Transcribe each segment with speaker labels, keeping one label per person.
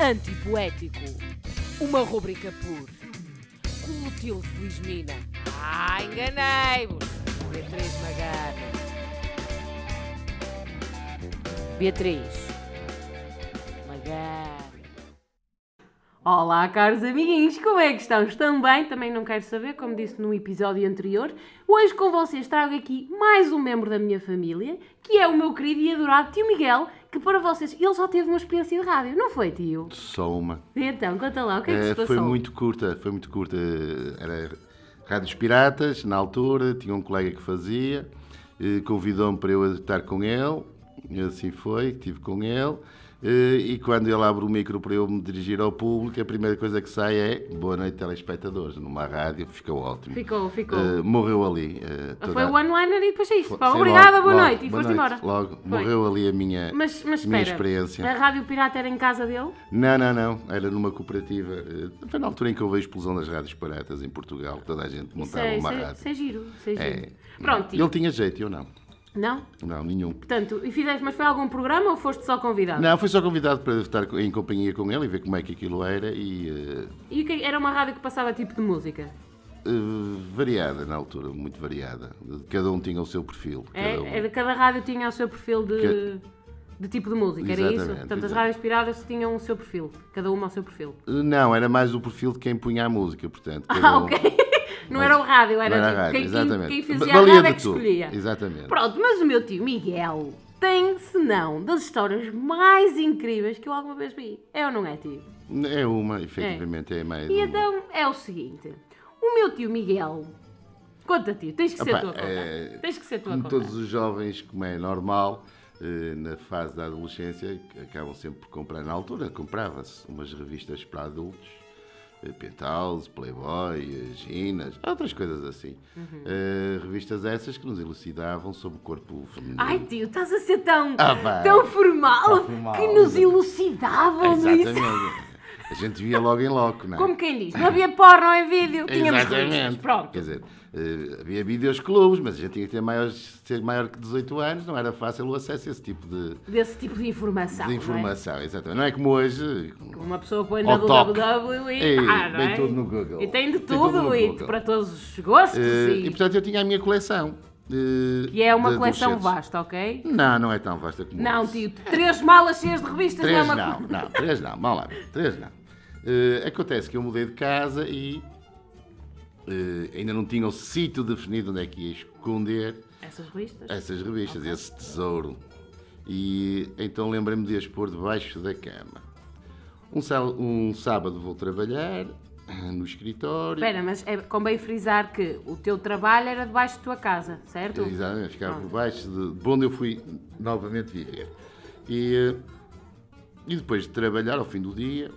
Speaker 1: Antipoético. Uma rúbrica por Clotilde Felizmina. Ah, enganei-vos. Beatriz Magana. Beatriz Magana.
Speaker 2: Olá, caros amiguinhos, como é que estão? Estão bem? Também não quero saber, como disse no episódio anterior. Hoje com vocês trago aqui mais um membro da minha família, que é o meu querido e adorado tio Miguel, que para vocês, ele só teve uma experiência de rádio, não foi, tio?
Speaker 3: Só uma.
Speaker 2: Então, conta lá, o que é que
Speaker 3: Eh,
Speaker 2: se passou?
Speaker 3: foi muito curta, foi muito curta. Era Rádios Piratas, na altura, tinha um colega que fazia, eh, convidou-me para eu estar com ele, e assim foi, estive com ele. eh, E quando ele abre o micro para eu me dirigir ao público, a primeira coisa que sai é Boa noite, telespectadores. Numa rádio, ficou ótimo.
Speaker 2: Ficou, ficou.
Speaker 3: Eh, morreu ali. eh, toda
Speaker 2: foi
Speaker 3: a-
Speaker 2: o one-liner e depois é isso.
Speaker 3: Foi-
Speaker 2: Pá,
Speaker 3: sim,
Speaker 2: obrigada,
Speaker 3: logo,
Speaker 2: boa
Speaker 3: logo,
Speaker 2: noite, e
Speaker 3: boa
Speaker 2: foste
Speaker 3: noite,
Speaker 2: embora.
Speaker 3: Logo,
Speaker 2: Foi.
Speaker 3: morreu ali a minha,
Speaker 2: Mas, mas
Speaker 3: minha
Speaker 2: espera,
Speaker 3: experiência.
Speaker 2: a Rádio Pirata era em casa dele?
Speaker 3: Não, não, não. Era numa cooperativa. eh, Foi na altura em que houve a explosão das rádios piratas em Portugal. Toda a gente montava
Speaker 2: Sei,
Speaker 3: uma
Speaker 2: sei-
Speaker 3: rádio.
Speaker 2: sei giro, sei
Speaker 3: É.
Speaker 2: giro. é, Pronto, tio.
Speaker 3: Ele tinha jeito, eu não.
Speaker 2: Não?
Speaker 3: Não, nenhum.
Speaker 2: Portanto, e fizeste, mas foi algum programa ou foste só convidado?
Speaker 3: Não, fui só convidado para estar co- em companhia com ele e ver como é que aquilo era e eh,
Speaker 2: E o que- era uma rádio que passava tipo de música?
Speaker 3: eh, variada na altura, muito variada. Cada um tinha o seu perfil.
Speaker 2: É,
Speaker 3: cada um.
Speaker 2: era, cada rádio tinha o seu perfil de, de tipo de música, era isso?
Speaker 3: Exatamente,
Speaker 2: Portanto, as
Speaker 3: exato.
Speaker 2: rádios piradas tinham o seu perfil, cada uma o seu perfil.
Speaker 3: Eh, Não, era mais o perfil de quem punha a música, portanto. cada
Speaker 2: Ah,
Speaker 3: um-
Speaker 2: ok. Não era o rádio, era,
Speaker 3: Não era
Speaker 2: tipo,
Speaker 3: a rádio,
Speaker 2: quem, quem,
Speaker 3: exatamente.
Speaker 2: quem fazia a
Speaker 3: Valia
Speaker 2: rádio é
Speaker 3: de
Speaker 2: que
Speaker 3: tudo,
Speaker 2: escolhia.
Speaker 3: exatamente.
Speaker 2: Pronto, mas o meu tio Miguel tem, se não, das histórias mais incríveis que eu alguma vez vi. É ou não é, tio?
Speaker 3: É uma, efetivamente, é, mais.
Speaker 2: E
Speaker 3: uma.
Speaker 2: então é o seguinte: o meu tio Miguel. Conta, tio, tens que ser
Speaker 3: Opa,
Speaker 2: tua conta.
Speaker 3: é,
Speaker 2: Tens que ser tua
Speaker 3: Como
Speaker 2: conta.
Speaker 3: todos os jovens, como é normal, eh, na fase da adolescência, acabam sempre por comprar. Na altura, comprava-se umas revistas para adultos. eh, Penthouse, Playboy, eh, Ginas, outras coisas assim.
Speaker 2: Uhum.
Speaker 3: Eh, revistas essas que nos elucidavam sobre o corpo feminino.
Speaker 2: Ai, tio, estás a ser tão,
Speaker 3: Ah, vai.
Speaker 2: tão formal
Speaker 3: Tão formal.
Speaker 2: que nos elucidavam
Speaker 3: Exatamente.
Speaker 2: nisso.
Speaker 3: A gente via logo em logo, não é?
Speaker 2: Como quem diz, não havia porno em vídeo, tínhamos revistas.
Speaker 3: Exatamente.
Speaker 2: Pronto.
Speaker 3: Quer dizer, eh, havia vídeos clubes, mas a gente tinha que ter maior, ser maior que 18 anos, não era fácil o acesso a esse tipo de,
Speaker 2: Desse tipo de informação.
Speaker 3: de informação. Exatamente. Não é como hoje.
Speaker 2: Não é? Uma pessoa põe
Speaker 3: Ao
Speaker 2: na
Speaker 3: toque.
Speaker 2: www e.
Speaker 3: Ei,
Speaker 2: pá, não
Speaker 3: vem
Speaker 2: é?
Speaker 3: tudo no Google.
Speaker 2: E tem de
Speaker 3: Tem tudo
Speaker 2: tudo,
Speaker 3: no
Speaker 2: e
Speaker 3: Google.
Speaker 2: para todos os gostos.
Speaker 3: eh,
Speaker 2: e-
Speaker 3: e portanto eu tinha a minha coleção. eh,
Speaker 2: que é uma
Speaker 3: de
Speaker 2: coleção
Speaker 3: adolescentes.
Speaker 2: vasta, ok?
Speaker 3: Não, não é tão vasta como
Speaker 2: Não,
Speaker 3: isso.
Speaker 2: tio, três malas cheias de revistas
Speaker 3: Três
Speaker 2: não é uma
Speaker 3: não, não, três não, vá lá, três não. Eh, acontece que eu mudei de casa e eh, ainda não tinha o sítio definido onde é que ia esconder
Speaker 2: Essas revistas?
Speaker 3: essas revistas, esse tesouro. E então lembrei-me de as pôr debaixo da cama. Um, sal- um sábado vou trabalhar eh, no escritório.
Speaker 2: Espera, mas é convém frisar que o teu trabalho era debaixo da tua casa, certo?
Speaker 3: Exatamente, ficava por baixo de, de onde eu fui novamente viver. E, eh, e depois de trabalhar, ao fim do dia,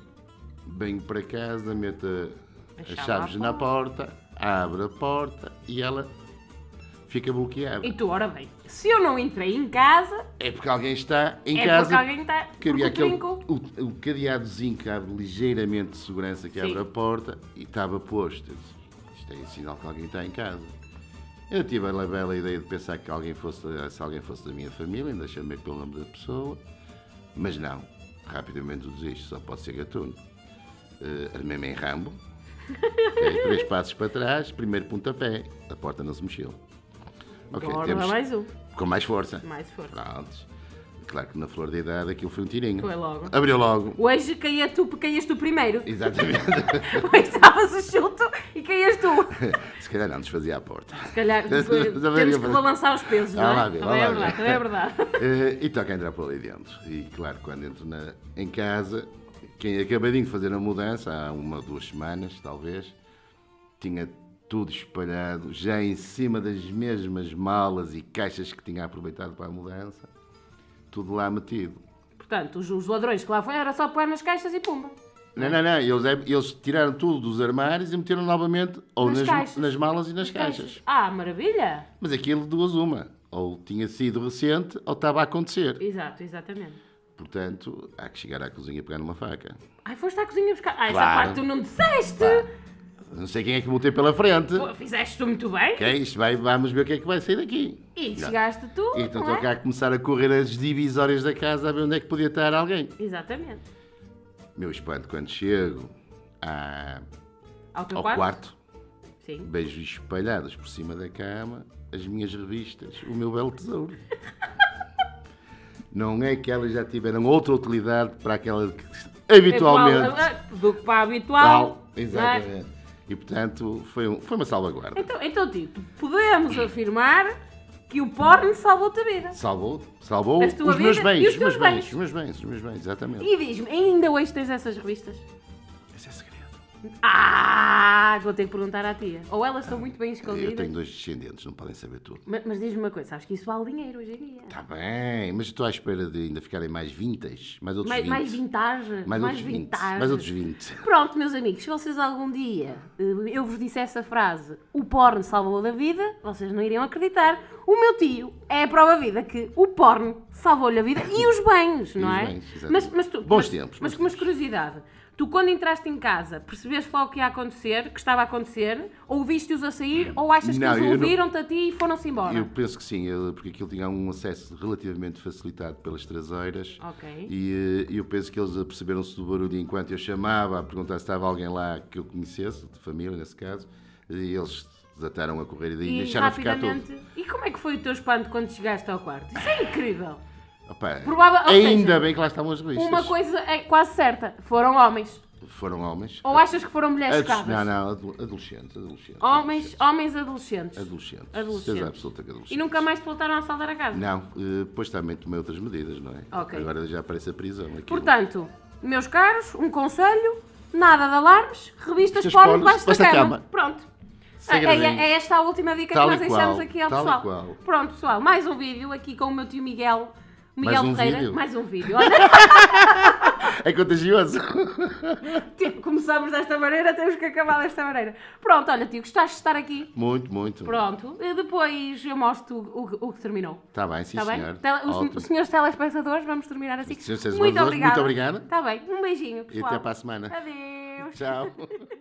Speaker 3: venho para casa, meto a-
Speaker 2: Deixava
Speaker 3: as chaves
Speaker 2: à
Speaker 3: na porta, abro a porta e ela fica bloqueada.
Speaker 2: E tu, ora bem, se eu não entrei em casa,
Speaker 3: É porque alguém está em
Speaker 2: é
Speaker 3: casa.
Speaker 2: porque alguém está.
Speaker 3: que
Speaker 2: Porque
Speaker 3: havia
Speaker 2: o
Speaker 3: aquele
Speaker 2: trinco.
Speaker 3: o, o cadeadozinho que abre ligeiramente de segurança que
Speaker 2: Sim.
Speaker 3: abre a porta e estava posto. Eu disse, Isto é sinal que alguém está em casa. Eu tive a bela ideia de pensar que alguém fosse, se alguém fosse da minha família, ainda chamei pelo nome da pessoa, mas não. Rapidamente o desisto, só pode ser gatuno. Uh, Armei-me em rambo, dei três passos para trás, primeiro pontapé, a porta não se mexeu. Ok,
Speaker 2: Agora
Speaker 3: temos-
Speaker 2: mais um.
Speaker 3: com mais força.
Speaker 2: Mais força.
Speaker 3: Prontos. Claro que na flor da idade aquilo foi um tirinho.
Speaker 2: Foi logo.
Speaker 3: Abriu logo.
Speaker 2: Hoje caía tu, caías tu primeiro.
Speaker 3: Exatamente.
Speaker 2: Hoje davas o chuto e caías tu.
Speaker 3: Se calhar não desfazia a porta.
Speaker 2: Se calhar
Speaker 3: Mas
Speaker 2: depois
Speaker 3: também
Speaker 2: temos
Speaker 3: ia
Speaker 2: que
Speaker 3: fazer-
Speaker 2: balançar os pesos, não
Speaker 3: Ah,
Speaker 2: é?
Speaker 3: lá ver,
Speaker 2: também
Speaker 3: lá
Speaker 2: é
Speaker 3: ver.
Speaker 2: verdade, também é verdade.
Speaker 3: Eh, e toca entrar por ali dentro. E claro, quando entro na- em casa, quem acabadinho de fazer a mudança, há uma ou duas semanas talvez, tinha tudo espalhado, já em cima das mesmas malas e caixas que tinha aproveitado para a mudança, tudo lá metido.
Speaker 2: Portanto, os, os ladrões que lá foram era só pôr nas caixas e pumba.
Speaker 3: Não, não, não. Eles, é, eles tiraram tudo dos armários e meteram novamente ou
Speaker 2: Nas
Speaker 3: nas,
Speaker 2: caixas.
Speaker 3: nas malas e nas caixas.
Speaker 2: Ah, maravilha!
Speaker 3: Mas aquilo duas uma. Ou tinha sido recente ou estava a acontecer.
Speaker 2: Exato, exatamente.
Speaker 3: Portanto, há que chegar à cozinha e pegar numa faca.
Speaker 2: Ai, foste à cozinha buscar. Ah, essa
Speaker 3: Claro.
Speaker 2: parte tu não disseste!
Speaker 3: Pá, não sei quem é que botei pela frente.
Speaker 2: Pô, Fizeste tu muito bem
Speaker 3: Ok, isto vai, vamos ver o que é que vai sair daqui.
Speaker 2: e
Speaker 3: Já.
Speaker 2: chegaste tu.
Speaker 3: Então
Speaker 2: não
Speaker 3: estou
Speaker 2: é?
Speaker 3: cá a começar a correr as divisórias da casa a ver onde é que podia estar alguém.
Speaker 2: Exatamente.
Speaker 3: Meu espanto quando chego à-
Speaker 2: Ao teu
Speaker 3: ao
Speaker 2: quarto?
Speaker 3: quarto,
Speaker 2: Sim.
Speaker 3: vejo espalhadas por cima da cama as minhas revistas, o meu belo tesouro. Não é que elas já tiveram outra utilidade para aquela que habitualmente.
Speaker 2: Habitual- Do que para habitual.
Speaker 3: Tal,
Speaker 2: é? não é?
Speaker 3: exatamente. E portanto foi, um- foi uma salvaguarda.
Speaker 2: Então, então, tipo, podemos afirmar que o porno salvou-te a vida.
Speaker 3: Salvou, salvou
Speaker 2: Mas
Speaker 3: os
Speaker 2: tua
Speaker 3: meus
Speaker 2: vida
Speaker 3: bens,
Speaker 2: e os
Speaker 3: os meus
Speaker 2: teus
Speaker 3: bens,
Speaker 2: bens.
Speaker 3: os meus bens, os meus bens, exatamente.
Speaker 2: E diz-me, ainda hoje tens essas revistas?
Speaker 3: Esse é segredo.
Speaker 2: Ah, vou ter que perguntar à tia. Ou elas estão muito bem
Speaker 3: Eu tenho
Speaker 2: escondidas.
Speaker 3: dois descendentes, não podem saber tudo.
Speaker 2: Ma- Mas, diz-me uma coisa, sabes que isso vale dinheiro hoje em dia.
Speaker 3: Está bem, mas estou à espera de ainda ficarem mais vintas, mais outros
Speaker 2: Mais,
Speaker 3: 20.
Speaker 2: mais vintage.
Speaker 3: Mais outros 20,
Speaker 2: vintage.
Speaker 3: mais outros 20.
Speaker 2: Pronto, meus amigos, se vocês algum dia eh, eu vos disse essa frase, o porno salvou a vida, vocês não iriam acreditar. O meu tio é a prova viva que o porno salvou-lhe a vida e os bens, não
Speaker 3: os
Speaker 2: é?
Speaker 3: bens, exatamente.
Speaker 2: mas, mas tu,
Speaker 3: Bons
Speaker 2: mas,
Speaker 3: tempos,
Speaker 2: Mas
Speaker 3: bons
Speaker 2: com uma curiosidade, tu quando entraste em casa, percebeste logo o que ia acontecer, que estava a acontecer, ou viste-os a sair, ou achas
Speaker 3: Não,
Speaker 2: que
Speaker 3: eu
Speaker 2: eles
Speaker 3: não-
Speaker 2: ouviram-te a ti e foram-se embora?
Speaker 3: Eu penso que sim, eu- porque aquilo tinha um acesso relativamente facilitado pelas traseiras.
Speaker 2: Ok.
Speaker 3: E eh, eu penso que eles aperceberam-se do barulho enquanto eu chamava a perguntar se estava alguém lá que eu conhecesse, de família nesse caso, e eles desataram a correr e,
Speaker 2: E
Speaker 3: deixaram ficar tudo.
Speaker 2: rapidamente. E como é que foi o teu espanto quando chegaste ao quarto? Isso é incrível!
Speaker 3: Opa,
Speaker 2: Provável- ou
Speaker 3: ainda
Speaker 2: seja,
Speaker 3: bem que lá estavam as revistas.
Speaker 2: Uma coisa é quase certa: foram homens.
Speaker 3: Foram homens.
Speaker 2: Ou achas que foram mulheres
Speaker 3: Ados-
Speaker 2: escravas?
Speaker 3: É. Não, não, ado- adolescentes, adolescentes.
Speaker 2: Homens, homens adolescentes.
Speaker 3: Adolescentes.
Speaker 2: Adolescentes.
Speaker 3: Certeza absoluta que adolescentes.
Speaker 2: E nunca mais te voltaram a assaltar a casa.
Speaker 3: Não, eh, pois também tomei outras medidas, não é?
Speaker 2: Ok.
Speaker 3: Agora já aparece a prisão. Aquilo.
Speaker 2: Portanto, meus caros, um conselho: nada de alarmes, revistas
Speaker 3: Revistas
Speaker 2: porno
Speaker 3: porno
Speaker 2: debaixo da
Speaker 3: debaixo da
Speaker 2: cama.
Speaker 3: cama.
Speaker 2: Pronto. É,
Speaker 3: Sagradinho.
Speaker 2: é- é esta a última dica
Speaker 3: Tal
Speaker 2: que nós
Speaker 3: e
Speaker 2: deixamos
Speaker 3: qual,
Speaker 2: aqui ao
Speaker 3: tal e
Speaker 2: pessoal.
Speaker 3: qual.
Speaker 2: Pronto, pessoal, mais um vídeo aqui com o meu tio Miguel. Miguel
Speaker 3: um
Speaker 2: Ferreira.
Speaker 3: vídeo?
Speaker 2: Mais um vídeo. Olha,
Speaker 3: É contagioso.
Speaker 2: tio, Tipo, começamos desta maneira, temos que acabar desta maneira. Pronto, olha, tio, gostaste de estar aqui?
Speaker 3: muito, muito.
Speaker 2: Pronto, e depois eu mostro o, o- o que terminou.
Speaker 3: Está Tá bem, sim,
Speaker 2: Está Tá bem?
Speaker 3: senhor.
Speaker 2: Tele- os-
Speaker 3: Ótimo.
Speaker 2: os senhores telespectadores, vamos terminar assim.
Speaker 3: Os senhores telespectadores, muito obrigado.
Speaker 2: Está bem, um beijinho,
Speaker 3: E
Speaker 2: pessoal.
Speaker 3: até para a semana.
Speaker 2: Adeus.
Speaker 3: Tchau.